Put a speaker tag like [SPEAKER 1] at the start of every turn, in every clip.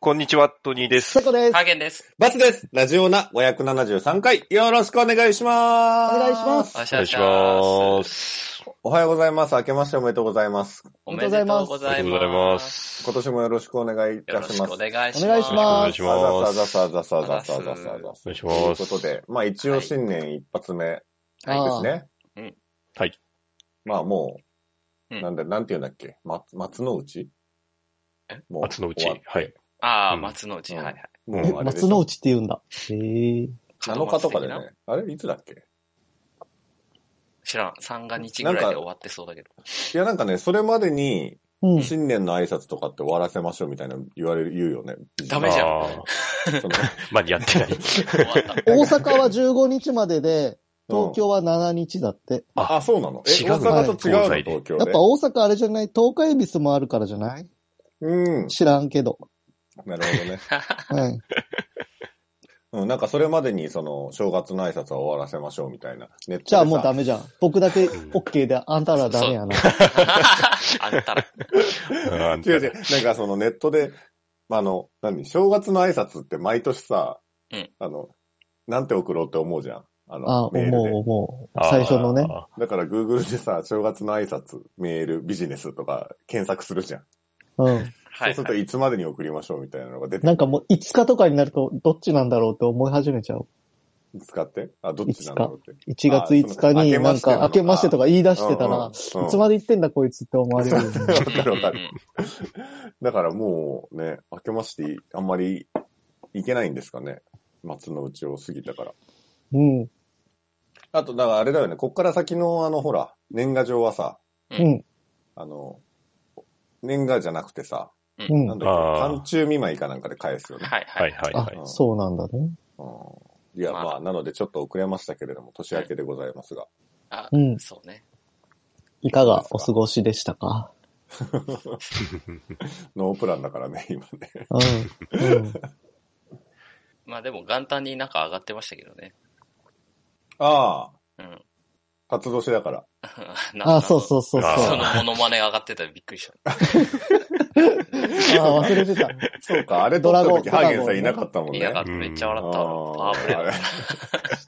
[SPEAKER 1] こんにちは、トニーです。
[SPEAKER 2] さこです
[SPEAKER 3] ハ。ーゲンです。
[SPEAKER 2] バツです。
[SPEAKER 4] ラジオナ573回、よろしくお願いしま
[SPEAKER 2] お
[SPEAKER 4] す。
[SPEAKER 2] 願いしま
[SPEAKER 3] お
[SPEAKER 2] す。
[SPEAKER 3] 願いし
[SPEAKER 1] お願いし
[SPEAKER 3] ま。
[SPEAKER 1] ますす。
[SPEAKER 4] おはようございます。明けましておめでとうございます。
[SPEAKER 3] おめでとうご
[SPEAKER 1] あ
[SPEAKER 3] ざい
[SPEAKER 1] りがとう
[SPEAKER 3] ま
[SPEAKER 1] ございま
[SPEAKER 3] す。
[SPEAKER 1] す。
[SPEAKER 4] 今年もよろしくお願いい
[SPEAKER 3] よ
[SPEAKER 4] た
[SPEAKER 3] ろ
[SPEAKER 4] し
[SPEAKER 3] し
[SPEAKER 4] ま
[SPEAKER 3] く
[SPEAKER 4] す。
[SPEAKER 3] お願いします。
[SPEAKER 2] お願い
[SPEAKER 1] お
[SPEAKER 2] し
[SPEAKER 1] 願
[SPEAKER 2] ま
[SPEAKER 1] い
[SPEAKER 2] す
[SPEAKER 1] しま
[SPEAKER 4] あざ
[SPEAKER 1] す。
[SPEAKER 4] さざさざさざざざざ
[SPEAKER 3] お
[SPEAKER 4] ざ。
[SPEAKER 1] 願いします
[SPEAKER 4] ということで、まあ一応新年一発目で
[SPEAKER 2] はい
[SPEAKER 4] すね。
[SPEAKER 1] はい。
[SPEAKER 4] まあもう、
[SPEAKER 3] うん
[SPEAKER 4] なんだ、なんて言うんだっけ松、松の内
[SPEAKER 3] え
[SPEAKER 4] もう
[SPEAKER 1] 松の内
[SPEAKER 4] 終わ。
[SPEAKER 1] はい。
[SPEAKER 3] ああ、
[SPEAKER 1] うん
[SPEAKER 3] 松の内、
[SPEAKER 4] うん
[SPEAKER 3] はいはい。
[SPEAKER 4] もう
[SPEAKER 2] え、
[SPEAKER 4] あれでし
[SPEAKER 2] 松
[SPEAKER 4] ょ
[SPEAKER 2] の内って言うんだ。へえ。
[SPEAKER 4] 7日とかで
[SPEAKER 3] 門松的な
[SPEAKER 4] ね。あれいつだっけ
[SPEAKER 3] 知らん。三が日ぐらいで終わってそうだけど。
[SPEAKER 4] いやなんかね、それまでに
[SPEAKER 2] うん。
[SPEAKER 4] 新年の挨拶とかって終わらせましょうみたいな言われる、言うよね。
[SPEAKER 3] ダメじゃん
[SPEAKER 1] あ
[SPEAKER 4] そ
[SPEAKER 1] ー
[SPEAKER 4] の
[SPEAKER 1] 間に合ってない。
[SPEAKER 3] 終わった。
[SPEAKER 2] 大阪は15日までで、東
[SPEAKER 4] うん
[SPEAKER 2] 京は7日だって。
[SPEAKER 4] あ、そうなのえ、
[SPEAKER 1] 違う
[SPEAKER 4] 大
[SPEAKER 1] の
[SPEAKER 4] 阪と違うの、
[SPEAKER 1] はい
[SPEAKER 4] 東京
[SPEAKER 2] やっ
[SPEAKER 4] で。
[SPEAKER 2] ぱ大阪あれじゃない東海恵比寿もあるからじゃない
[SPEAKER 4] うん。
[SPEAKER 2] 知らんけ ど。
[SPEAKER 4] なるほどね。
[SPEAKER 2] はい。
[SPEAKER 4] うん、なんかそれまでにその、正月の挨拶は終わらせましょうみたいな。ネットでさ
[SPEAKER 2] じゃあもうダメじゃん。僕だけ OK で、あんたらダメやな。
[SPEAKER 3] あ んたら。
[SPEAKER 1] あんた
[SPEAKER 4] 違う違う。なんかそのネットで、まああの、何、正月の挨拶って毎年さ、
[SPEAKER 3] うん
[SPEAKER 4] あの、なんて送ろうって思うじゃん。あの、
[SPEAKER 2] あ、思 う
[SPEAKER 4] メールで。
[SPEAKER 2] 思う。
[SPEAKER 1] あー
[SPEAKER 2] 最初のね。
[SPEAKER 4] だから Google でさ、正月の挨拶、メール、ビジネスとか検索するじゃん。
[SPEAKER 2] うん。
[SPEAKER 3] はい、
[SPEAKER 4] そうする
[SPEAKER 3] は
[SPEAKER 4] と
[SPEAKER 3] い。
[SPEAKER 4] いつまでに送りましょうみたいなのが出て
[SPEAKER 2] なんかもう5日とかになるとどっちなんだろうって思い始めちゃう。
[SPEAKER 4] 使ってあ、どっちなんだろうって。
[SPEAKER 2] 1月5日になんか
[SPEAKER 4] あ
[SPEAKER 2] 明け
[SPEAKER 4] ーそう明けま
[SPEAKER 2] ま
[SPEAKER 4] し
[SPEAKER 2] してて
[SPEAKER 4] と
[SPEAKER 2] とか言い出してた
[SPEAKER 4] うんうん
[SPEAKER 2] ら、
[SPEAKER 4] うん
[SPEAKER 2] いつまで言ってんだこいつって思われるよね。
[SPEAKER 4] わかるわかる
[SPEAKER 3] う。んうん
[SPEAKER 4] だからもうね、明けまして、あんまり行けないんですかね。松の内を過ぎたから。
[SPEAKER 2] うん。
[SPEAKER 4] あと、だからあれだよね、こっから先のあの、ほら、年賀状はさ、
[SPEAKER 2] うん。
[SPEAKER 4] あの、年賀じゃなくてさ、
[SPEAKER 2] う
[SPEAKER 4] なん
[SPEAKER 2] ん。
[SPEAKER 4] だっけ、
[SPEAKER 1] あー
[SPEAKER 4] 寒中見舞いかなんかで返すよ
[SPEAKER 3] うん
[SPEAKER 4] ね。
[SPEAKER 3] はい、
[SPEAKER 1] は
[SPEAKER 3] はいい。
[SPEAKER 1] はい
[SPEAKER 2] あ
[SPEAKER 1] はい。、
[SPEAKER 2] そうなんだね。
[SPEAKER 4] うん、いや、
[SPEAKER 3] まあ
[SPEAKER 4] まあ、なのでちょっと遅れましたけれども、年明けでございますが。
[SPEAKER 3] あ
[SPEAKER 2] うん
[SPEAKER 3] そうね。
[SPEAKER 2] いかがお過ごしでしたか
[SPEAKER 4] ノープランだからね、今ね。
[SPEAKER 2] うん。うん。
[SPEAKER 3] まあでも元旦になんか上がってましたけどね。
[SPEAKER 4] あ
[SPEAKER 3] う
[SPEAKER 4] あ、
[SPEAKER 3] ん。
[SPEAKER 4] 初年だから。
[SPEAKER 2] あ、そうそうそうそう。
[SPEAKER 1] あー
[SPEAKER 3] そ
[SPEAKER 2] あ
[SPEAKER 3] のモノマネ上がってたらびっくりした。
[SPEAKER 2] ー忘れてた。
[SPEAKER 4] そうか、あれ撮った時、
[SPEAKER 2] ド
[SPEAKER 4] ハ
[SPEAKER 2] ラゴン
[SPEAKER 4] ーゲンさんいなかったもん
[SPEAKER 3] い
[SPEAKER 4] ね。
[SPEAKER 3] や、めっちゃ笑ったわ。あー
[SPEAKER 4] あーあ
[SPEAKER 3] 危ね
[SPEAKER 4] れ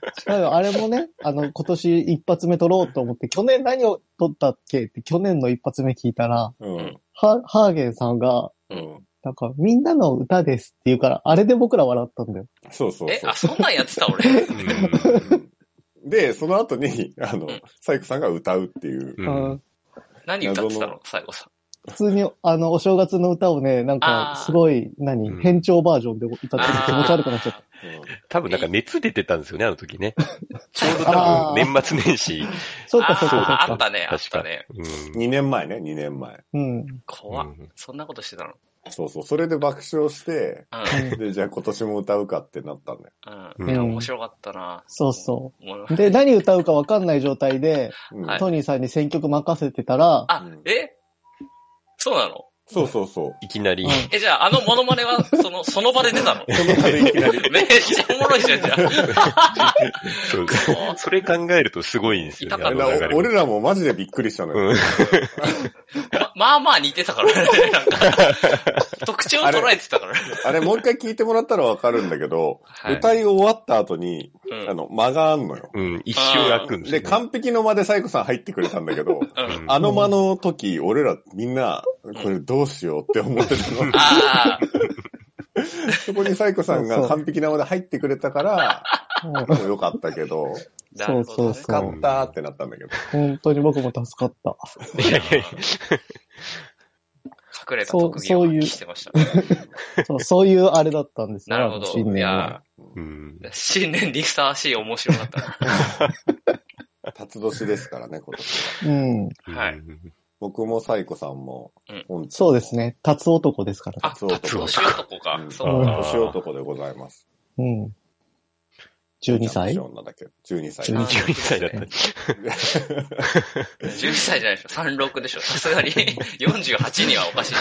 [SPEAKER 2] だからあれもね、あの、今年一発目撮ろうと思って、去年何を撮ったっけって去年の一発目聞いたら、
[SPEAKER 4] うん。
[SPEAKER 2] ハハーゲンさんが、
[SPEAKER 4] うん。
[SPEAKER 2] なんか、みんなの歌ですって言うから、あれで僕ら笑ったんだよ。
[SPEAKER 4] そうそうそう。
[SPEAKER 3] え、あ、そんなんやってた 俺。
[SPEAKER 1] うん
[SPEAKER 4] で、その後に、あの
[SPEAKER 3] うん、
[SPEAKER 4] サイクさんが歌うっていう。
[SPEAKER 1] う
[SPEAKER 2] うんん。
[SPEAKER 3] 何歌ってたの最後さ。
[SPEAKER 2] 普通に、あの、お正月の歌をね、なんか
[SPEAKER 3] あ、ー
[SPEAKER 2] すごい、何
[SPEAKER 1] うん
[SPEAKER 2] 変調バージョンで歌ってて気持ち悪くなっちゃった。
[SPEAKER 1] 多分なんか熱出てたんですよね、あの時ね。ちょうど多分年末年始。
[SPEAKER 2] そう
[SPEAKER 3] あ
[SPEAKER 2] か、そうか、そう
[SPEAKER 3] あー、あっ
[SPEAKER 2] か。
[SPEAKER 3] たね、あっ
[SPEAKER 1] 確
[SPEAKER 3] た
[SPEAKER 1] か
[SPEAKER 3] ね。。
[SPEAKER 1] うん
[SPEAKER 4] 2年前ね、2年前。
[SPEAKER 2] うん。うん
[SPEAKER 3] 怖っ
[SPEAKER 1] うん
[SPEAKER 3] そんなことしてたの
[SPEAKER 4] そうそう。それで爆笑して、
[SPEAKER 3] う
[SPEAKER 4] で、じゃあ今年も歌うかってなったんだよ。
[SPEAKER 3] ん。
[SPEAKER 1] う
[SPEAKER 3] うんん。いや、面白かったな。。
[SPEAKER 2] そうそう
[SPEAKER 3] も う
[SPEAKER 2] で、何歌うかわかんない状態で、
[SPEAKER 4] うん
[SPEAKER 3] はい
[SPEAKER 2] トニーさんに選曲任せてたら、
[SPEAKER 3] あ、えそうなの
[SPEAKER 4] そうそうそう。
[SPEAKER 1] いきなり
[SPEAKER 2] うん、
[SPEAKER 3] え、じゃあ、あのモノマネは、その、その場で出たの
[SPEAKER 4] その場でいきな り。
[SPEAKER 3] めっちゃおもろいじゃん、じゃ
[SPEAKER 1] そうそれ考えるとすごいんですよね、
[SPEAKER 3] 痛
[SPEAKER 1] あ
[SPEAKER 3] かっ
[SPEAKER 1] の流
[SPEAKER 4] だ
[SPEAKER 1] れ。
[SPEAKER 4] 俺らもマジでびっくりしたのよ。
[SPEAKER 1] うん
[SPEAKER 3] あ。ままあまあ似てたからね。なんか、特徴を捉えてたから。
[SPEAKER 4] あれ、もう一回聞いてもらったらわかるんだけど、
[SPEAKER 3] はい
[SPEAKER 4] 歌い終わった後に、
[SPEAKER 3] うん
[SPEAKER 4] あの、間があんのよ。
[SPEAKER 1] うん、一周開くんです
[SPEAKER 4] で、
[SPEAKER 1] よね。
[SPEAKER 4] 完璧の間でサイコさん入ってくれたんだけど、
[SPEAKER 3] うん。
[SPEAKER 4] あの間の時、俺らみんな、これどうしようって思ってたの。
[SPEAKER 3] ああ、
[SPEAKER 4] そこにサイコさんが完璧なまで入ってくれたから、
[SPEAKER 2] うん
[SPEAKER 4] もうよかったけど、
[SPEAKER 3] なるほど、ね。
[SPEAKER 2] そう
[SPEAKER 4] 使ったーってなったんだけど。
[SPEAKER 2] 本当に僕も助かった。
[SPEAKER 3] いやいやいや隠れた特技を発揮してました。
[SPEAKER 2] そうそういうあれだったんですよ
[SPEAKER 3] なるほど。
[SPEAKER 2] 新
[SPEAKER 3] い
[SPEAKER 2] 年
[SPEAKER 3] や
[SPEAKER 2] は。、
[SPEAKER 1] うん。
[SPEAKER 3] 新年にふさわしい面白かったな。
[SPEAKER 4] 辰年ですからね、今年。
[SPEAKER 2] うん。
[SPEAKER 3] は
[SPEAKER 1] う
[SPEAKER 3] い
[SPEAKER 1] ん。
[SPEAKER 4] 僕もサイコさんも
[SPEAKER 3] うん、
[SPEAKER 4] 本
[SPEAKER 2] そうですね。立つ男ですから
[SPEAKER 3] あ、
[SPEAKER 2] ね。
[SPEAKER 3] そう
[SPEAKER 4] そ
[SPEAKER 3] う
[SPEAKER 4] か
[SPEAKER 3] 年男か。
[SPEAKER 4] うん
[SPEAKER 3] そうか。
[SPEAKER 4] 年男でございます。
[SPEAKER 2] うん。12歳
[SPEAKER 4] ジャンプ少女だけど12歳。
[SPEAKER 2] 12
[SPEAKER 1] 22歳だった。
[SPEAKER 3] 12歳じゃないでしょ。36でしょ。さすがに48にはおかし い。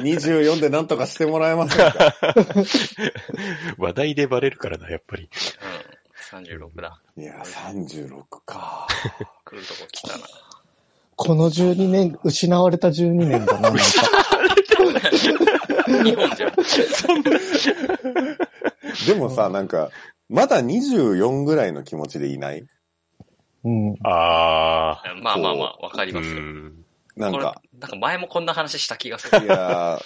[SPEAKER 4] 24でなんとかしてもらえませ んか
[SPEAKER 1] 話題でバレるからな、やっぱり。
[SPEAKER 3] うん。36だ。
[SPEAKER 4] いや、36か。
[SPEAKER 3] 来るとこ来たな。
[SPEAKER 2] この12年、失われた12年だな、なんか。
[SPEAKER 3] 日本じゃん。
[SPEAKER 4] でもさ、なんか、まだ24ぐらいの気持ちでいない
[SPEAKER 2] うん。
[SPEAKER 1] ああ。
[SPEAKER 3] まあまあまあ、わかりますよ。
[SPEAKER 1] ん。
[SPEAKER 4] なんか、
[SPEAKER 3] これなんか前もこんな話した気がす
[SPEAKER 4] い
[SPEAKER 3] る。
[SPEAKER 4] やー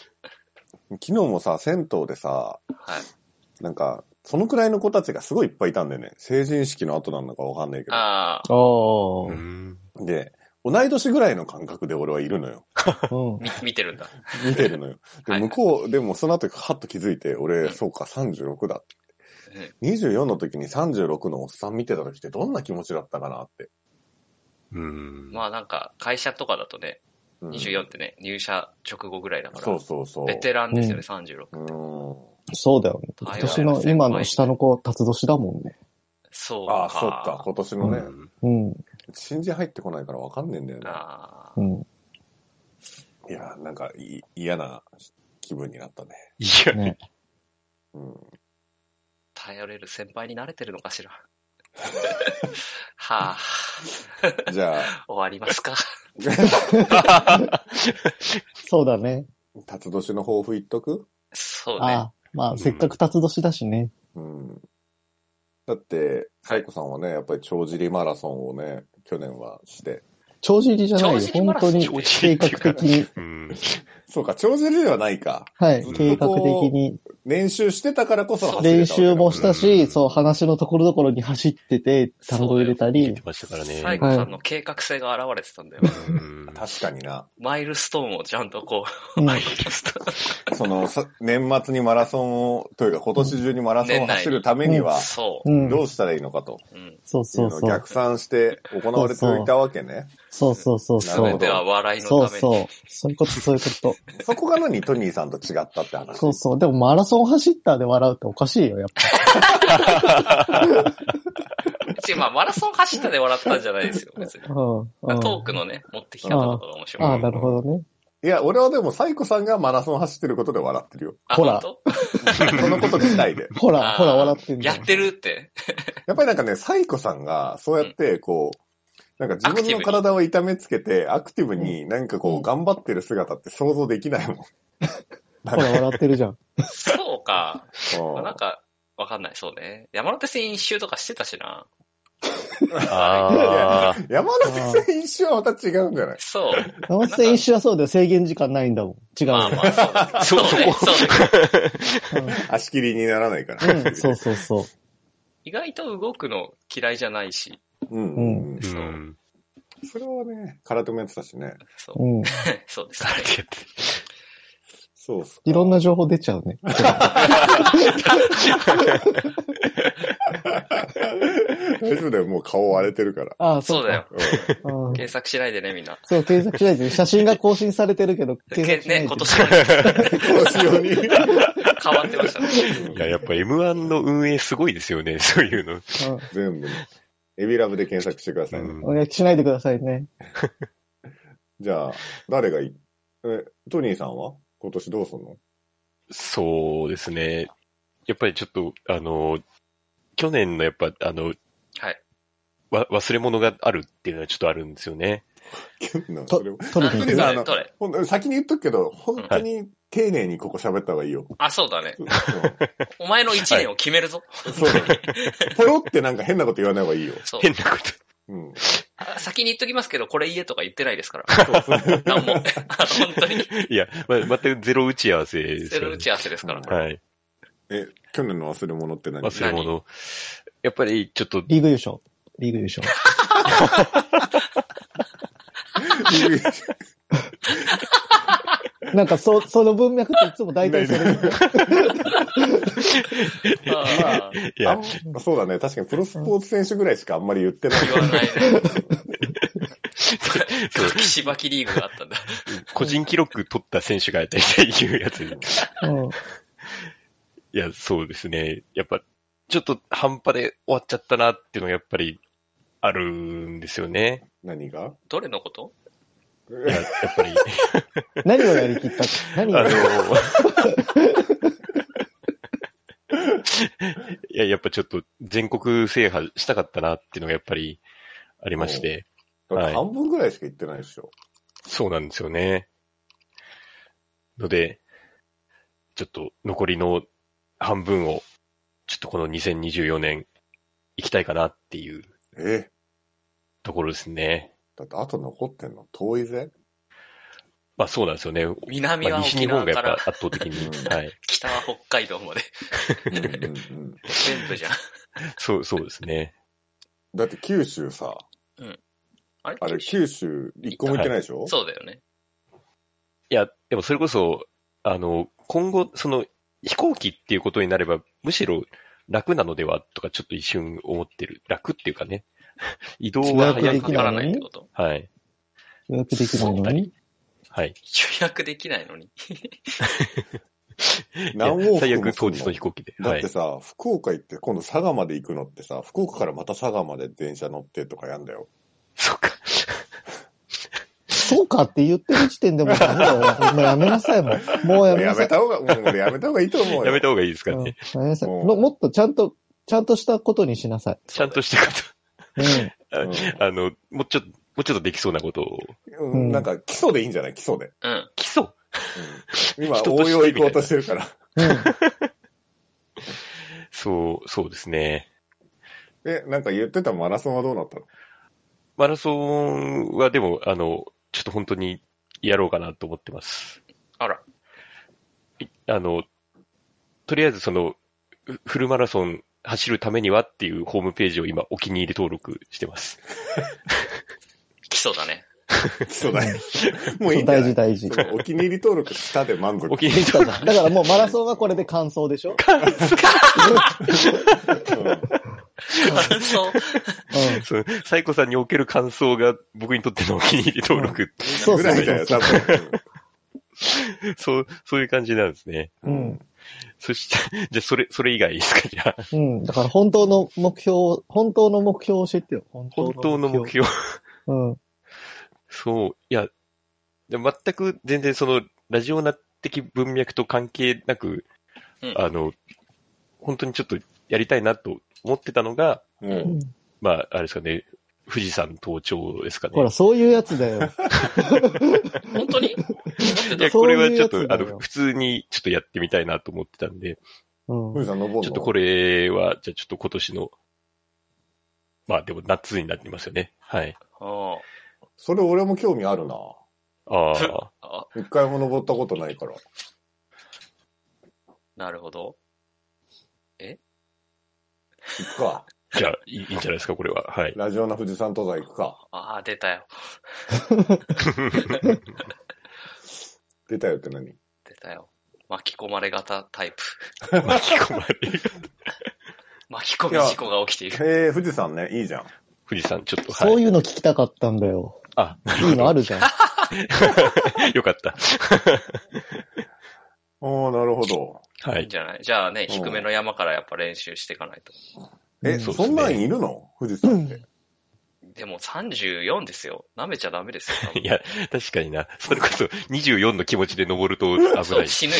[SPEAKER 4] 昨日もさ、 銭湯でさ、
[SPEAKER 3] はい。
[SPEAKER 4] なんか、そのくらいの子たちがすごいいっぱいいたんだよね。成人式の後なのかわかんないけ
[SPEAKER 2] あ
[SPEAKER 3] ああ、
[SPEAKER 2] あ。
[SPEAKER 1] う
[SPEAKER 2] うん。
[SPEAKER 1] ん
[SPEAKER 4] ど。で、同い年ぐらいの感覚で俺はいるのよ。
[SPEAKER 3] み見てるんだ。
[SPEAKER 4] 見てるのよ。
[SPEAKER 3] は
[SPEAKER 4] で、
[SPEAKER 3] い
[SPEAKER 4] 向こう、でもその後、はっと気づいて、俺、そうか、36だって。24の時に36のおっさん見てた時ってどんな気持ちだったかなって。
[SPEAKER 1] うん。
[SPEAKER 3] まあなんか、会社とかだとね、
[SPEAKER 4] うん
[SPEAKER 3] 24ってね、入社直後ぐらいだか
[SPEAKER 4] そう
[SPEAKER 3] ら、
[SPEAKER 4] そうそう。
[SPEAKER 3] ベテランですよね、
[SPEAKER 2] うん
[SPEAKER 3] 36。
[SPEAKER 4] うん。
[SPEAKER 2] そうだよね。
[SPEAKER 3] は
[SPEAKER 2] 今
[SPEAKER 3] い
[SPEAKER 2] 年の、今の下の子、辰年だもんね。
[SPEAKER 3] そうか。
[SPEAKER 4] ああ、そっか、今年の
[SPEAKER 1] う
[SPEAKER 4] ね、
[SPEAKER 1] ん
[SPEAKER 2] うん。
[SPEAKER 4] 新人入ってこないからわかんねえんだよね。
[SPEAKER 3] ああ
[SPEAKER 2] うん。
[SPEAKER 4] いや、なんかい嫌な気分になったね。
[SPEAKER 1] いや、
[SPEAKER 2] ね。
[SPEAKER 4] うん。
[SPEAKER 3] 頼れる先輩に慣れてるのかしら。 はあ、
[SPEAKER 4] じゃあ、
[SPEAKER 3] 終わりますか。
[SPEAKER 2] そうだね。
[SPEAKER 4] 辰年の抱負言っとく
[SPEAKER 3] そう
[SPEAKER 2] あ
[SPEAKER 3] ね。
[SPEAKER 2] あ。ま
[SPEAKER 1] う
[SPEAKER 2] あ、
[SPEAKER 1] ん
[SPEAKER 2] せっかく辰年だしね。
[SPEAKER 4] うん。だって、サイコさんはね、やっぱり帳尻マラソンをね、去年はして。
[SPEAKER 2] 帳尻じゃないよ。
[SPEAKER 3] 帳尻マ
[SPEAKER 2] 本
[SPEAKER 3] ラソン
[SPEAKER 2] 当に
[SPEAKER 1] 帳尻
[SPEAKER 2] 計
[SPEAKER 1] って
[SPEAKER 2] 画
[SPEAKER 1] いうか
[SPEAKER 2] 的に。
[SPEAKER 1] うん。
[SPEAKER 4] そうか、帳尻ではないか。
[SPEAKER 2] はい
[SPEAKER 4] ずっ。と
[SPEAKER 2] 計画的に
[SPEAKER 4] 練習してたからこそ走れたわけ
[SPEAKER 2] 練
[SPEAKER 4] だ
[SPEAKER 2] 習もした
[SPEAKER 1] う
[SPEAKER 2] し、
[SPEAKER 1] ん
[SPEAKER 2] そう、話のところどころに走ってて、単語入れた
[SPEAKER 1] 聞い
[SPEAKER 2] り
[SPEAKER 1] て、ましたからね。
[SPEAKER 3] 最後さんの計画性が現れてたんだよ。
[SPEAKER 1] うん
[SPEAKER 4] 確かにな。
[SPEAKER 3] マイルストーンをちゃんとこ
[SPEAKER 2] うん
[SPEAKER 3] う、マイルストーン
[SPEAKER 4] その、さ年末にマラソンを、というか今年中にマラソンを走るためには、
[SPEAKER 3] そう
[SPEAKER 4] うん
[SPEAKER 2] ん。
[SPEAKER 4] どうしたらいいのかと。
[SPEAKER 3] うん。
[SPEAKER 2] そう
[SPEAKER 4] いう
[SPEAKER 2] そう
[SPEAKER 4] のを
[SPEAKER 2] そう。
[SPEAKER 4] 逆算して行われていたわけね。
[SPEAKER 2] そうそうそう
[SPEAKER 4] なるほ
[SPEAKER 2] そ
[SPEAKER 4] ど
[SPEAKER 2] う。
[SPEAKER 3] では笑いのた
[SPEAKER 2] そ
[SPEAKER 3] め
[SPEAKER 2] う
[SPEAKER 3] に。
[SPEAKER 2] そう。そういうこと、そういうこと。
[SPEAKER 4] そこが何トニーさんと違ったって話。
[SPEAKER 2] そうそう。でもマラソン走ったで笑うっておかしいよ、やっぱ。
[SPEAKER 3] 違うまあ、マラソン走ったで笑ったんじゃないですよ、別に。
[SPEAKER 2] うん。 うん、
[SPEAKER 3] トークのね、持ってき方とかが面白い。
[SPEAKER 2] ああ、なるほどね。
[SPEAKER 4] いや、俺はでもサイコさんがマラソン走ってることで笑ってる よ。
[SPEAKER 3] あ
[SPEAKER 2] ほら
[SPEAKER 3] 本
[SPEAKER 4] そのこと自体で。
[SPEAKER 2] ほ
[SPEAKER 3] 当
[SPEAKER 2] ら、ほら、笑ってん
[SPEAKER 3] あー
[SPEAKER 2] じゃ
[SPEAKER 3] や
[SPEAKER 2] ん。
[SPEAKER 3] ってるって。
[SPEAKER 4] やっぱりなんかね、サイコさんが、そうやって、こう、なんか自分の体を痛めつけて、アクティブになんかこ
[SPEAKER 2] う
[SPEAKER 4] う、
[SPEAKER 2] ん
[SPEAKER 4] 頑張ってる姿って想像できないもん。
[SPEAKER 2] ほら、笑ってるじゃん。
[SPEAKER 3] そ うか。まあ
[SPEAKER 4] うん
[SPEAKER 3] なんか、わかんない、そうね。山手線一周とかしてたしな。
[SPEAKER 1] あ
[SPEAKER 4] 山手線一周はまた違うんじゃない
[SPEAKER 3] そう。
[SPEAKER 2] 山手線一周はそうだよ。制限時間ないんだもん。違うよ。
[SPEAKER 3] まあまあ、そうね。そうね。そうね
[SPEAKER 4] 足切りにならないから。
[SPEAKER 2] うんうん、そうそうそう。
[SPEAKER 3] 意外と動くの嫌いじゃないし。
[SPEAKER 4] うんうんうん
[SPEAKER 1] ー。
[SPEAKER 3] そう
[SPEAKER 1] うん。
[SPEAKER 4] それはね、空手もやってたしね。
[SPEAKER 3] そうう。
[SPEAKER 2] ん。
[SPEAKER 3] そ うです。
[SPEAKER 1] 誰でやって
[SPEAKER 4] そうっすか
[SPEAKER 2] いろんな情報出ちゃうね。
[SPEAKER 4] 大丈夫だよ、もう顔割れてるから。
[SPEAKER 2] ああ、
[SPEAKER 3] そうだよ。。
[SPEAKER 4] う
[SPEAKER 2] うん
[SPEAKER 3] 検索しないでね、みんな。
[SPEAKER 2] そう、検索しないで。写真が更新されてるけど、
[SPEAKER 3] け
[SPEAKER 2] 検索しない
[SPEAKER 3] ね、
[SPEAKER 2] で。
[SPEAKER 3] 今年は
[SPEAKER 4] んこうしように。
[SPEAKER 3] 変わってましたね。
[SPEAKER 1] いや、やっぱ M1 の運営すごいですよね、 そういうの。
[SPEAKER 4] 全部ね。エビラブで検索してくださいね。
[SPEAKER 1] うん
[SPEAKER 2] うん。お願いしないでくださいね。
[SPEAKER 4] じゃあ、誰がいいえ、トニーさんは今年どうすんの
[SPEAKER 1] そうですね。やっぱりちょっと、あの、去年のやっぱ、あの、
[SPEAKER 3] はい。
[SPEAKER 1] わ、忘れ物があるっていうのはちょっとあるんですよね。
[SPEAKER 4] なんか
[SPEAKER 2] と
[SPEAKER 4] それを、
[SPEAKER 2] 取りに行
[SPEAKER 4] 本当
[SPEAKER 2] く
[SPEAKER 4] に。さ、
[SPEAKER 3] ど
[SPEAKER 4] あ
[SPEAKER 3] れ
[SPEAKER 4] の
[SPEAKER 3] どれ、
[SPEAKER 4] ほんと先に言っとくけど、本当に丁寧にここ喋った方がい いよ。
[SPEAKER 3] あ、そうだね。
[SPEAKER 4] うん
[SPEAKER 3] お前の一年を決めるぞ。
[SPEAKER 4] そうだね。ポロってなんか変なこと言わない方がいいよ。
[SPEAKER 3] そう。
[SPEAKER 1] 変なこと。
[SPEAKER 4] うん。
[SPEAKER 3] あ先に言っときますけど、これ言えとか言ってないですから。
[SPEAKER 4] そうそう
[SPEAKER 3] なんも。あの本当に。
[SPEAKER 1] いや、ま、全くゼロ打ち合わせです
[SPEAKER 3] ゼ
[SPEAKER 1] よ
[SPEAKER 3] ロ
[SPEAKER 1] ね
[SPEAKER 3] 打。ち合わせですから。
[SPEAKER 1] はい。
[SPEAKER 4] え、去年の忘れ物って何
[SPEAKER 1] 忘れ物。やっぱりちょっと、
[SPEAKER 2] リーグ優勝。リーグ優勝。 なんか、 そ、その文脈っていつも大体それ。
[SPEAKER 3] ああ
[SPEAKER 1] い
[SPEAKER 4] あ
[SPEAKER 1] や、
[SPEAKER 4] んそうだね。確かにプロスポーツ選手ぐらいしかあんまり言ってない。
[SPEAKER 3] 言わないね。
[SPEAKER 1] そう
[SPEAKER 3] ガキしばきリーグがあったんだ。
[SPEAKER 1] 個人記録取った選手がやったりっていうやつに。
[SPEAKER 2] うん。
[SPEAKER 1] いや、そうですね。やっぱ、ちょっと半端で終わっちゃったなっていうのがやっぱりあるんですよね。
[SPEAKER 4] 何が
[SPEAKER 3] どれのこと
[SPEAKER 1] いや、やっぱり、
[SPEAKER 2] 何をやりきった何を
[SPEAKER 1] あ
[SPEAKER 2] やり
[SPEAKER 1] の、 いや、やっぱちょっと全国制覇したかったなっていうのがやっぱりありまして、
[SPEAKER 4] だって半分ぐらいしか言ってないでしょ。
[SPEAKER 1] そうなんですよね。ので、ちょっと残りの半分を、ちょっとこの2024年、行きたいかなっていう
[SPEAKER 4] え
[SPEAKER 1] ところですね。
[SPEAKER 4] だってあと残ってんの遠いぜ。
[SPEAKER 1] まあそうなんですよね。
[SPEAKER 3] 南
[SPEAKER 1] まあ
[SPEAKER 3] は
[SPEAKER 1] 西日
[SPEAKER 3] 沖
[SPEAKER 1] 本
[SPEAKER 3] 縄
[SPEAKER 1] がや
[SPEAKER 3] か
[SPEAKER 1] っぱ
[SPEAKER 3] ら
[SPEAKER 1] 圧倒的に。
[SPEAKER 4] うん
[SPEAKER 1] はい。
[SPEAKER 3] 北は北海道まで。
[SPEAKER 4] うんうんうん、
[SPEAKER 3] 全部じゃん。
[SPEAKER 1] そう、そうですね。
[SPEAKER 4] だって九州さ、
[SPEAKER 3] あれ
[SPEAKER 4] あれ九州一個も行ってないでしょ、
[SPEAKER 3] そうだよね。
[SPEAKER 1] いや、でもそれこそ、あの、今後、その、飛行機っていうことになれば、むしろ楽なのではとか、ちょっと一瞬思ってる。楽っていうかね。 移動
[SPEAKER 2] 予
[SPEAKER 1] は
[SPEAKER 2] 約
[SPEAKER 1] 早
[SPEAKER 2] で
[SPEAKER 1] い
[SPEAKER 2] き
[SPEAKER 1] か。
[SPEAKER 3] かからら
[SPEAKER 2] の
[SPEAKER 3] な
[SPEAKER 2] に
[SPEAKER 3] いってこと
[SPEAKER 1] はい。
[SPEAKER 2] 予約できないのに。
[SPEAKER 1] はい。
[SPEAKER 3] 予約できないのに。
[SPEAKER 4] 何往
[SPEAKER 1] い
[SPEAKER 4] 復も
[SPEAKER 1] や
[SPEAKER 4] すん
[SPEAKER 1] 最悪当日の飛行機で。
[SPEAKER 4] だ
[SPEAKER 1] は
[SPEAKER 4] っ
[SPEAKER 1] い
[SPEAKER 4] て。さ、福岡行って今度佐賀まで行くのってさ、福岡からまた佐賀まで電車乗ってとかやんだよ。
[SPEAKER 1] そっか。
[SPEAKER 2] そうかって言ってる時点でもうダメだよ。もうやめなさいもん。もうやめな
[SPEAKER 4] や
[SPEAKER 2] さ
[SPEAKER 4] め
[SPEAKER 2] い。
[SPEAKER 4] た方が、うん俺やめた方がいいと思うよ。
[SPEAKER 1] やめた方がいいですか
[SPEAKER 2] う
[SPEAKER 1] ら
[SPEAKER 2] ん
[SPEAKER 1] ね。
[SPEAKER 2] やめなさい
[SPEAKER 4] もう
[SPEAKER 2] も。もっとちゃんと、ちゃんとしたことにしなさい。
[SPEAKER 1] ちゃんとしたこ
[SPEAKER 2] う
[SPEAKER 1] 方が と。あの、もうちょっと、もうちょっとできそうなことを。
[SPEAKER 4] うん
[SPEAKER 2] うん
[SPEAKER 4] なんか基礎でいいんじゃない基礎で。
[SPEAKER 3] うん。
[SPEAKER 1] 基礎
[SPEAKER 4] うん今
[SPEAKER 1] 人と
[SPEAKER 4] 応
[SPEAKER 1] して
[SPEAKER 4] 用行こうとしてるから。
[SPEAKER 2] ん。うん。
[SPEAKER 1] そう、そうですね。
[SPEAKER 4] え、なんか言ってたマラソンはどうなったの
[SPEAKER 1] マラソンはでも、あの、ちょっと本当にやろうかなと思ってます。
[SPEAKER 3] あら。
[SPEAKER 1] いあの、とりあえずその、フフルマラソン走るためにはっていうホームページを今お気に入り登録してます。
[SPEAKER 3] 基礎だね。
[SPEAKER 4] 基 礎だよ。もういいんじゃ
[SPEAKER 2] 大
[SPEAKER 4] な
[SPEAKER 2] 事
[SPEAKER 4] い
[SPEAKER 2] 大事。
[SPEAKER 4] そのお気に入り登録した で満足
[SPEAKER 1] お。気に入り登
[SPEAKER 2] だ
[SPEAKER 1] 録。
[SPEAKER 2] からもうマラソンはこれで完走でしょ
[SPEAKER 4] う ん
[SPEAKER 3] そう。
[SPEAKER 2] う
[SPEAKER 1] そうサイコさんにおける感想が僕にとってのお気に入り登録。
[SPEAKER 2] ん。そう
[SPEAKER 4] ぐ
[SPEAKER 2] そ
[SPEAKER 4] ら
[SPEAKER 2] う
[SPEAKER 4] いだよ、
[SPEAKER 2] そ
[SPEAKER 4] 多
[SPEAKER 2] う。
[SPEAKER 4] 分。
[SPEAKER 1] そう、そういう感じなんですね。
[SPEAKER 2] うん。
[SPEAKER 1] そして、 じゃあそれ、それ以外ですかじゃ あ、
[SPEAKER 2] うん。だから本当の目標を、本当の目標を教えてよ。本
[SPEAKER 1] 本当の目。標。
[SPEAKER 2] うん。うん。
[SPEAKER 1] そう、いや、で全く全然その、ラジオナ的文脈と関係なく、
[SPEAKER 3] うん
[SPEAKER 1] あの、本当にちょっとやりたいなと思ってたのが、
[SPEAKER 4] うん。
[SPEAKER 1] まあ、あれですかね、富士山登頂ですかね。
[SPEAKER 2] ほら、そういうやつだよ。
[SPEAKER 3] 本当に思っ
[SPEAKER 1] い
[SPEAKER 3] て
[SPEAKER 1] や、
[SPEAKER 3] た。
[SPEAKER 1] これはちょっ
[SPEAKER 2] そういうや
[SPEAKER 1] と、
[SPEAKER 2] つだ
[SPEAKER 1] あ
[SPEAKER 2] よ
[SPEAKER 1] の、普通にちょっとやってみたいなと思ってたんで、
[SPEAKER 2] うん
[SPEAKER 4] 富。士山登るの
[SPEAKER 1] ちょっとこれは、じゃあちょっと今年の、まあでも夏になってますよね。はい。
[SPEAKER 3] あ
[SPEAKER 4] それ俺も興味あるな。
[SPEAKER 1] ああ。
[SPEAKER 3] ああ、
[SPEAKER 4] 一回も登ったことないから。
[SPEAKER 3] なるほど。
[SPEAKER 4] 行くか。
[SPEAKER 1] じゃあ、いいいいんじゃないですか、これは。はい。
[SPEAKER 4] ラジオな富士山登山行くか。
[SPEAKER 3] ああ、出たよ。
[SPEAKER 4] 出たよって何
[SPEAKER 3] 出たよ。巻き込まれ型タイプ。
[SPEAKER 1] 巻き込まれる。
[SPEAKER 3] 巻き込み事故が起きている。
[SPEAKER 4] へえ、富士山ね、いいじゃん。
[SPEAKER 1] 富士山、ちょっと、はい。
[SPEAKER 2] そういうの聞きたかったんだよ。
[SPEAKER 1] あ、
[SPEAKER 2] いいのある じゃん。
[SPEAKER 1] よかった。
[SPEAKER 4] おー、なるほど。
[SPEAKER 1] はい
[SPEAKER 3] いん
[SPEAKER 1] い。
[SPEAKER 3] じゃないじゃあね、
[SPEAKER 4] うん
[SPEAKER 3] 低めの山からやっぱ練習していかないと。
[SPEAKER 4] え、
[SPEAKER 1] そうです
[SPEAKER 4] そ
[SPEAKER 1] ね
[SPEAKER 4] んなんいるの富士山って。
[SPEAKER 3] でも34ですよ。舐めちゃダメですよ。
[SPEAKER 1] いや、確かにな。それこそ24の気持ちで登ると危
[SPEAKER 3] そ
[SPEAKER 1] な
[SPEAKER 3] う
[SPEAKER 1] い。
[SPEAKER 3] 死ぬ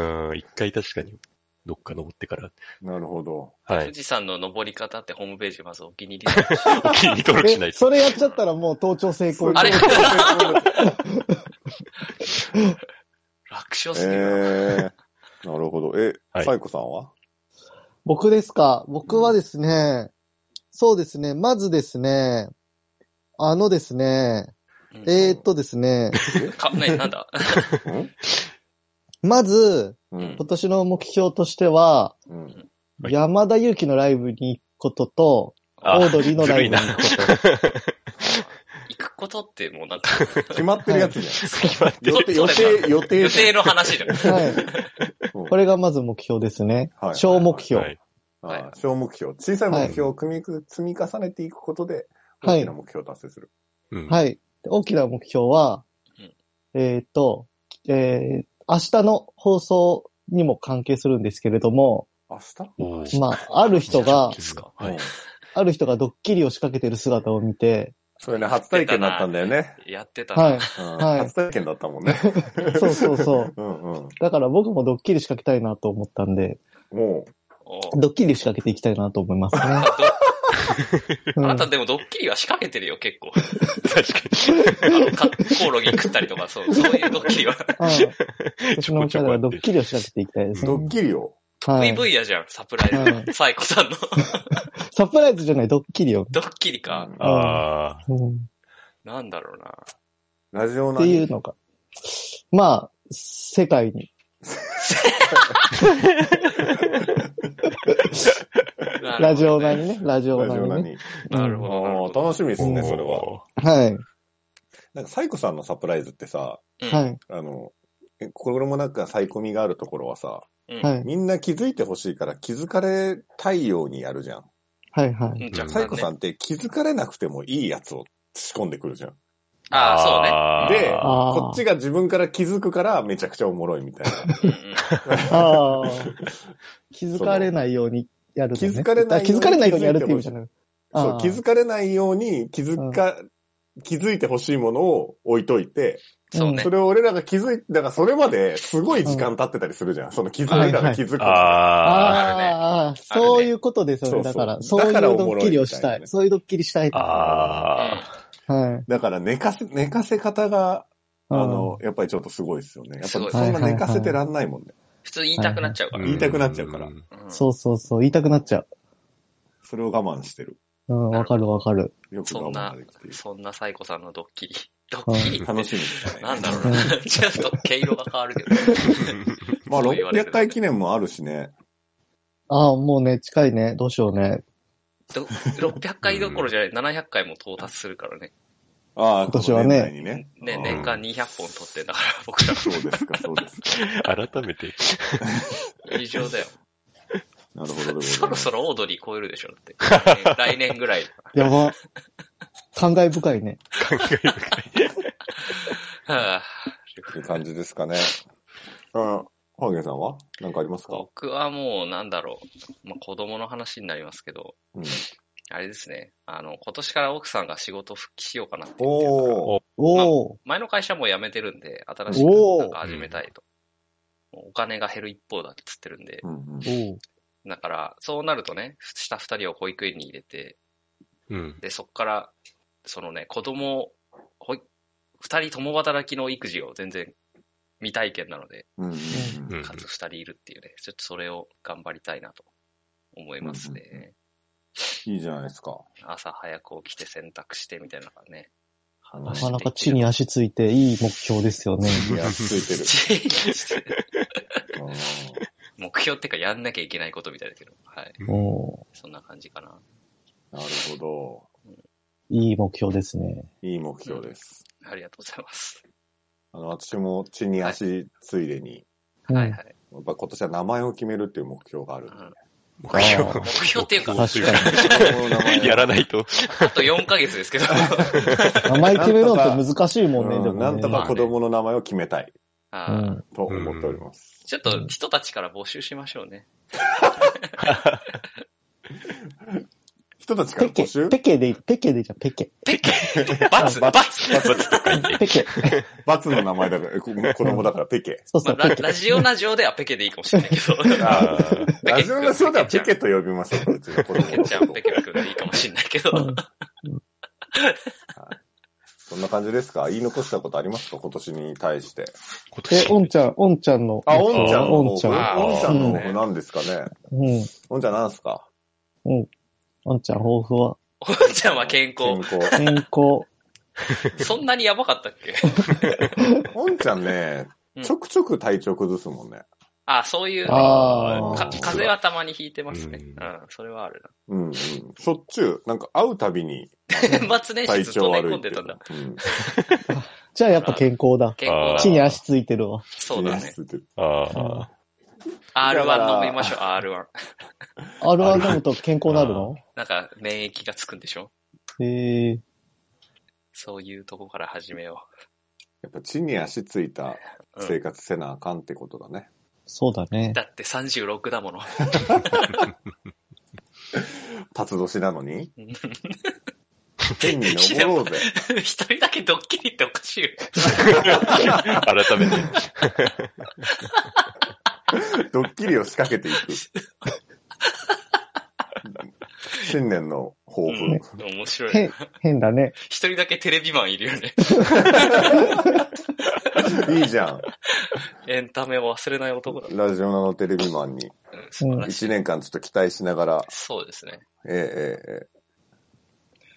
[SPEAKER 3] よ。
[SPEAKER 1] うん、一回確かに、どっか登ってから。
[SPEAKER 4] なるほど。
[SPEAKER 1] は
[SPEAKER 3] 富
[SPEAKER 1] い。
[SPEAKER 3] 士山の登り方ってホームページまずお気に入りだし
[SPEAKER 1] お気に入り登録しない
[SPEAKER 2] え、
[SPEAKER 1] と。
[SPEAKER 2] それやっちゃったらもう登頂成功。
[SPEAKER 3] あれ
[SPEAKER 4] そうそうそう
[SPEAKER 3] 楽勝すぎるな、
[SPEAKER 4] えー、なるほど。え、
[SPEAKER 1] はい
[SPEAKER 4] サイコさんは
[SPEAKER 2] 僕ですか僕はですね、そうですね、まずですね、あのですね、
[SPEAKER 3] うん
[SPEAKER 2] えーっとですね、
[SPEAKER 3] か、ななんだ
[SPEAKER 2] まず、
[SPEAKER 4] うん
[SPEAKER 2] 今年の目標としては、
[SPEAKER 4] うん。
[SPEAKER 1] はい
[SPEAKER 2] 山田裕貴のライブに行くことと、オ
[SPEAKER 1] あ
[SPEAKER 2] ードリーのライブに行くこと。
[SPEAKER 3] 行くことってもうなんか、
[SPEAKER 4] 決まってるやつじ
[SPEAKER 1] 決まっ
[SPEAKER 4] ゃん。
[SPEAKER 1] て
[SPEAKER 4] 予定、予定、予
[SPEAKER 3] 予
[SPEAKER 4] 定じ
[SPEAKER 3] 定の話だ よ。
[SPEAKER 2] はい。
[SPEAKER 4] うん
[SPEAKER 2] これがまず目標ですね。
[SPEAKER 4] ゃん。はい。
[SPEAKER 2] 小目標。
[SPEAKER 1] はい。
[SPEAKER 4] あー小目標。小さい目標を組み、積み重ねていくことで、大きな目標を達成する。
[SPEAKER 1] うん
[SPEAKER 2] はい。で大きな目標は
[SPEAKER 3] うん、
[SPEAKER 2] えーっと、えー、明日の放送にも関係するんですけれども、
[SPEAKER 4] 明
[SPEAKER 1] おー
[SPEAKER 2] まあ、ある人が
[SPEAKER 3] いい、ですか
[SPEAKER 4] 日
[SPEAKER 1] はい
[SPEAKER 4] うん。
[SPEAKER 2] ある人がドッキリを仕掛けてる姿を見て、
[SPEAKER 4] それね、初体験だったんだよね。
[SPEAKER 3] やってたな。
[SPEAKER 2] はい。
[SPEAKER 4] うん
[SPEAKER 2] はい
[SPEAKER 4] 初体験だったもんね。
[SPEAKER 2] そうそうそう。
[SPEAKER 4] うんうん。
[SPEAKER 2] だから僕もドッキリ仕掛けたいなと思ったんで、
[SPEAKER 4] も
[SPEAKER 3] おう
[SPEAKER 2] ドッキリ仕掛けていきたいなと思いますね。うん
[SPEAKER 3] あなたでもドッキリは仕掛けてるよ、結構。
[SPEAKER 1] 確か
[SPEAKER 3] あのかコオロギ食ったりとか、そう、そういうドッキリは。
[SPEAKER 2] ああ私のお茶では
[SPEAKER 1] ちょこちょこあ
[SPEAKER 2] ド
[SPEAKER 1] って
[SPEAKER 2] ッキリを仕掛けていきたいですね。
[SPEAKER 4] ドッキリを。
[SPEAKER 2] は
[SPEAKER 3] VV やじゃん、サプライズ。サイコさんの。
[SPEAKER 2] サプライズじゃない、ドッキリを。
[SPEAKER 3] ドッキリか。
[SPEAKER 1] に。ああ。
[SPEAKER 2] うん
[SPEAKER 3] なんだろうな。
[SPEAKER 4] ラジオ
[SPEAKER 2] っていう
[SPEAKER 4] 何
[SPEAKER 2] のが。まあ、世界に。ラジオ内にね、ラジオ
[SPEAKER 4] ラジオ
[SPEAKER 2] 内にね。
[SPEAKER 4] 何
[SPEAKER 3] なる
[SPEAKER 4] あ
[SPEAKER 3] ほどなるほ
[SPEAKER 4] あー、
[SPEAKER 3] ど。
[SPEAKER 4] 楽しみですね、それは。
[SPEAKER 1] お
[SPEAKER 2] はい。
[SPEAKER 4] なんか、サイコさんのサプライズってさ、
[SPEAKER 3] うん
[SPEAKER 2] はい。
[SPEAKER 4] あの、えこれもなんかサイコミがあるところはさ、
[SPEAKER 3] うん
[SPEAKER 2] はい。
[SPEAKER 4] みんな気づいてほしいから気づかれたいようにやるじゃん。
[SPEAKER 2] はい。はい。
[SPEAKER 3] うん、じゃあ
[SPEAKER 4] サイコさんって気づかれなくてもいいやつを仕込んでくるじゃん。
[SPEAKER 1] ー
[SPEAKER 3] あ
[SPEAKER 4] で、
[SPEAKER 1] あ
[SPEAKER 2] あー
[SPEAKER 4] こっちが自分から気づくからめちゃくちゃおもろいみたい
[SPEAKER 3] あ、 そ
[SPEAKER 4] な。
[SPEAKER 3] うね。う
[SPEAKER 2] あ
[SPEAKER 3] んうん
[SPEAKER 2] あ。気づかれないようにやるのね、
[SPEAKER 4] 気づかれない
[SPEAKER 2] あ
[SPEAKER 4] ように
[SPEAKER 2] 気づかれないようにやるっていう意味じゃない。
[SPEAKER 4] そ
[SPEAKER 2] あ
[SPEAKER 4] う
[SPEAKER 2] ー
[SPEAKER 4] 気づかれないように気づか、気づいてほしいものを置いといて、
[SPEAKER 3] そうね
[SPEAKER 4] そ。れを俺らが気づい、だからそれまですごい時間経ってたりするじゃん。その気づいたら気づく。
[SPEAKER 1] ああ。
[SPEAKER 2] ああ、そういうことですよね。だから、
[SPEAKER 4] そ
[SPEAKER 2] そうう
[SPEAKER 4] そう
[SPEAKER 2] いう
[SPEAKER 4] だからお
[SPEAKER 2] ド
[SPEAKER 4] も
[SPEAKER 2] ッ
[SPEAKER 4] ろい
[SPEAKER 2] キリ
[SPEAKER 4] みたいなね
[SPEAKER 2] をしたい。そういうドッキリしたい。
[SPEAKER 1] あ
[SPEAKER 2] はい。
[SPEAKER 4] だから寝かせ、寝かせ方が、あの、やっぱりちょっとすごいですよね。やっぱそんな寝かせてらんないもんね。
[SPEAKER 3] 普通言いたくなっちゃうから。
[SPEAKER 4] 言いたくなっちゃうから
[SPEAKER 1] ん
[SPEAKER 3] うん
[SPEAKER 2] うんそうそうそう、言いたくなっちゃ
[SPEAKER 4] それを我慢してる。
[SPEAKER 2] う。うん、わかるわかる。
[SPEAKER 4] よく
[SPEAKER 3] そ
[SPEAKER 4] 我
[SPEAKER 3] んな
[SPEAKER 4] 慢できてい、る。
[SPEAKER 3] そんなサイコさんのドッキリ。ドッキリ
[SPEAKER 4] 楽しみですね。
[SPEAKER 3] なんだろうな。ちょっと毛色が変わるけど。
[SPEAKER 4] まあ、
[SPEAKER 3] そう言われる
[SPEAKER 4] 600回記念もあるしね。
[SPEAKER 2] ああ、もうね、近いね。どうしようね。
[SPEAKER 3] ど600回どころじゃない、700回も到達するからね。
[SPEAKER 4] ああ、
[SPEAKER 2] 今年はね
[SPEAKER 4] 年内にね。
[SPEAKER 3] ね、
[SPEAKER 4] うん
[SPEAKER 3] 年間200本撮ってんだから、僕ら。
[SPEAKER 4] そうですか、そうですか。
[SPEAKER 1] 改めて。
[SPEAKER 3] 異常だよ。
[SPEAKER 4] なるほどでございます。
[SPEAKER 3] そろそろオードリー超えるでしょ、だ って。来年ぐらい。
[SPEAKER 2] やば。感慨深いね。
[SPEAKER 3] はあ
[SPEAKER 4] って感じですかね。うん。ハーゲンさんは何かありますか
[SPEAKER 3] 僕はもう、なんだろう。まあ、子供の話になりますけど、
[SPEAKER 4] うん。
[SPEAKER 3] あれですね。あの、今年から奥さんが仕事復帰しようかなって言ってるから
[SPEAKER 4] おー。
[SPEAKER 2] おお、
[SPEAKER 3] 前の会社もう辞めてるんで、新しく
[SPEAKER 2] おー
[SPEAKER 3] なんか始めたいと。もうお金が減る一方だって言ってるんで、
[SPEAKER 4] うんうん
[SPEAKER 2] おお
[SPEAKER 3] だから、そうなるとね、下二人を保育園に入れて、
[SPEAKER 1] うん。
[SPEAKER 3] で、そこから、そのね、子供を、ほい、二人共働きの育児を全然未体験なので、
[SPEAKER 4] うんうんう
[SPEAKER 1] うんん
[SPEAKER 3] かつ二人いるっていうね、ちょっとそれを頑張りたいなと思います
[SPEAKER 4] うんうん
[SPEAKER 3] ね。
[SPEAKER 4] いいじゃないですか。
[SPEAKER 3] 朝早く起きて洗濯してみたいなのがね、
[SPEAKER 4] な
[SPEAKER 2] な
[SPEAKER 3] 話して
[SPEAKER 2] か
[SPEAKER 3] い
[SPEAKER 2] な
[SPEAKER 3] け
[SPEAKER 2] か
[SPEAKER 3] る
[SPEAKER 2] 地に足ついていい目標ですよ ね。
[SPEAKER 4] いや、ついてる。うん
[SPEAKER 3] 目標ってかやんなきゃいけないことみたいだけど、はい。
[SPEAKER 1] うん
[SPEAKER 2] おお
[SPEAKER 3] そんな感じかな。
[SPEAKER 4] なるほど。
[SPEAKER 2] いい目標ですね。
[SPEAKER 4] いい目標です。
[SPEAKER 3] ありがとうございます。
[SPEAKER 4] あの、私も地に足ついでに、
[SPEAKER 2] うん
[SPEAKER 3] はいはい。
[SPEAKER 4] やっぱ今年は名前を決めるっていう目標がある
[SPEAKER 3] うん
[SPEAKER 4] で。
[SPEAKER 3] ん
[SPEAKER 1] 目標。
[SPEAKER 3] 目標っていうか、
[SPEAKER 2] 確か
[SPEAKER 4] この名前 を
[SPEAKER 1] やらないと。
[SPEAKER 3] あと4ヶ月です けど。
[SPEAKER 2] に。名前決めるのって難しいもんね、で
[SPEAKER 4] う
[SPEAKER 2] も
[SPEAKER 4] ん
[SPEAKER 2] ね。
[SPEAKER 4] なんとか子供の名前を決めたい
[SPEAKER 3] あ
[SPEAKER 2] う
[SPEAKER 3] ー
[SPEAKER 2] ん。
[SPEAKER 4] と思っております。
[SPEAKER 3] ちょっと人たちから募集しましょうね。
[SPEAKER 4] 人たちから
[SPEAKER 2] ペ
[SPEAKER 4] 募
[SPEAKER 2] ケ
[SPEAKER 4] 集、
[SPEAKER 2] ペケでいい、ペケでいいじゃん、ペケ。
[SPEAKER 3] 罰
[SPEAKER 4] バ
[SPEAKER 3] 罰
[SPEAKER 2] ペケ。
[SPEAKER 4] 罰の名前だから、えこ子供だからペケ。
[SPEAKER 2] そうそ
[SPEAKER 3] ま
[SPEAKER 2] う、
[SPEAKER 3] あラ
[SPEAKER 2] ペケ。
[SPEAKER 3] ラジオナ上ではペケでいいかもしれないけど。
[SPEAKER 4] あ
[SPEAKER 3] ペケ
[SPEAKER 4] ラジオの人ではペケと呼びましょうか、うちの子供
[SPEAKER 3] ペケ
[SPEAKER 4] の
[SPEAKER 3] ちゃ
[SPEAKER 4] こ
[SPEAKER 3] ん、
[SPEAKER 4] と
[SPEAKER 3] ペケくんでいいかもしれないけど。
[SPEAKER 2] うん
[SPEAKER 4] そんな感じですか言い残したことありますか今年に対して。
[SPEAKER 1] 今
[SPEAKER 2] え、
[SPEAKER 1] 年
[SPEAKER 2] おんちゃん、おんちゃんの。
[SPEAKER 4] あ、おんちゃんの
[SPEAKER 2] おん
[SPEAKER 4] 方
[SPEAKER 2] ちゃん。
[SPEAKER 3] あ
[SPEAKER 4] おんちゃんの
[SPEAKER 3] あ
[SPEAKER 4] 方
[SPEAKER 3] ー
[SPEAKER 4] 何ですかね
[SPEAKER 2] うん。
[SPEAKER 4] おんちゃん何すか
[SPEAKER 2] おんちゃん、抱負は。
[SPEAKER 3] おんちゃんは健康。
[SPEAKER 4] 健康。
[SPEAKER 2] 健康。
[SPEAKER 3] そんなにやばかったっけ
[SPEAKER 4] おんちゃんね
[SPEAKER 3] う、ん
[SPEAKER 4] ちょくちょく体調崩すもんね。
[SPEAKER 3] あ、そういう、か
[SPEAKER 2] あ
[SPEAKER 4] ー
[SPEAKER 2] あ。
[SPEAKER 3] 風邪はたまに引いてますね。
[SPEAKER 1] う
[SPEAKER 3] うんん、それはある
[SPEAKER 4] うんうん。しょっちゅう、なんか会うたびに
[SPEAKER 3] な。年末年
[SPEAKER 4] 体
[SPEAKER 3] 始ずっ
[SPEAKER 4] 調
[SPEAKER 3] と寝
[SPEAKER 4] 悪い
[SPEAKER 3] 込
[SPEAKER 4] っ
[SPEAKER 3] ん
[SPEAKER 4] て
[SPEAKER 3] で
[SPEAKER 4] いう
[SPEAKER 3] た
[SPEAKER 4] うん
[SPEAKER 3] だ。
[SPEAKER 4] ん。
[SPEAKER 2] じゃあやっぱ健康だ。
[SPEAKER 3] 健康
[SPEAKER 1] あー
[SPEAKER 2] 地
[SPEAKER 3] だ。
[SPEAKER 2] に足ついてるわ。
[SPEAKER 3] そうだね。
[SPEAKER 4] 気にしてる
[SPEAKER 1] ああ。
[SPEAKER 4] だから
[SPEAKER 3] R1 飲みましょう、R1。
[SPEAKER 2] R1 飲むと健康なるの
[SPEAKER 3] なんか、免疫がつくんでしょ
[SPEAKER 2] へえ。
[SPEAKER 3] そういうとこから始めよ
[SPEAKER 4] やっぱ地に足ついた
[SPEAKER 3] う。う
[SPEAKER 4] 生
[SPEAKER 3] ん、
[SPEAKER 4] 活せなあかんってことだね。
[SPEAKER 2] そうだね。
[SPEAKER 3] だって36だもの。
[SPEAKER 4] 辰年なの に天に登ろう ぜ。
[SPEAKER 3] 一人だけドッキリっておかしいよ。
[SPEAKER 1] 改めて。
[SPEAKER 4] ドッキリを仕掛けていく。新年の興奮。
[SPEAKER 3] 面白い。
[SPEAKER 2] 変、変だね。
[SPEAKER 3] 一人だけテレビマンいるよね。
[SPEAKER 4] いいじゃん。
[SPEAKER 3] エンタメを忘れない男だ。
[SPEAKER 4] ラジオナのテレビマンに。
[SPEAKER 3] うん素晴らしい。
[SPEAKER 4] 一年間ちょっと期待しながら。
[SPEAKER 3] そうですね。
[SPEAKER 4] ええええええ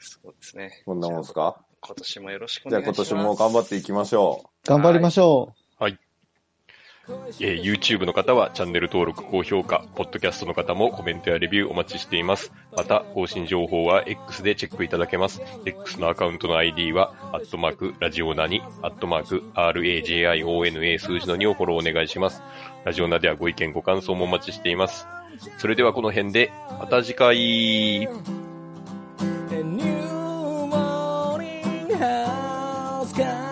[SPEAKER 3] そうですね。
[SPEAKER 4] こんなもんですか
[SPEAKER 3] 今年もよろしくお
[SPEAKER 4] じゃ
[SPEAKER 3] 願
[SPEAKER 4] あ
[SPEAKER 3] いしま
[SPEAKER 4] 今
[SPEAKER 3] す。
[SPEAKER 4] 年も頑張っていきましょ
[SPEAKER 2] 頑張りましょ
[SPEAKER 1] えー YouTube の方はチャンネル登録、高評価、ポッドキャストの方もコメントやレビューお待ちしています。また、更新情報は X でチェックいただけます。X のアカウントの ID は、アットマーク、ラジオナに、アットマーク、RAJIONA 数字の2をフォローお願いします。ラジオナではご意見、ご感想もお待ちしています。それではこの辺で、また次回。
[SPEAKER 5] A new morning has come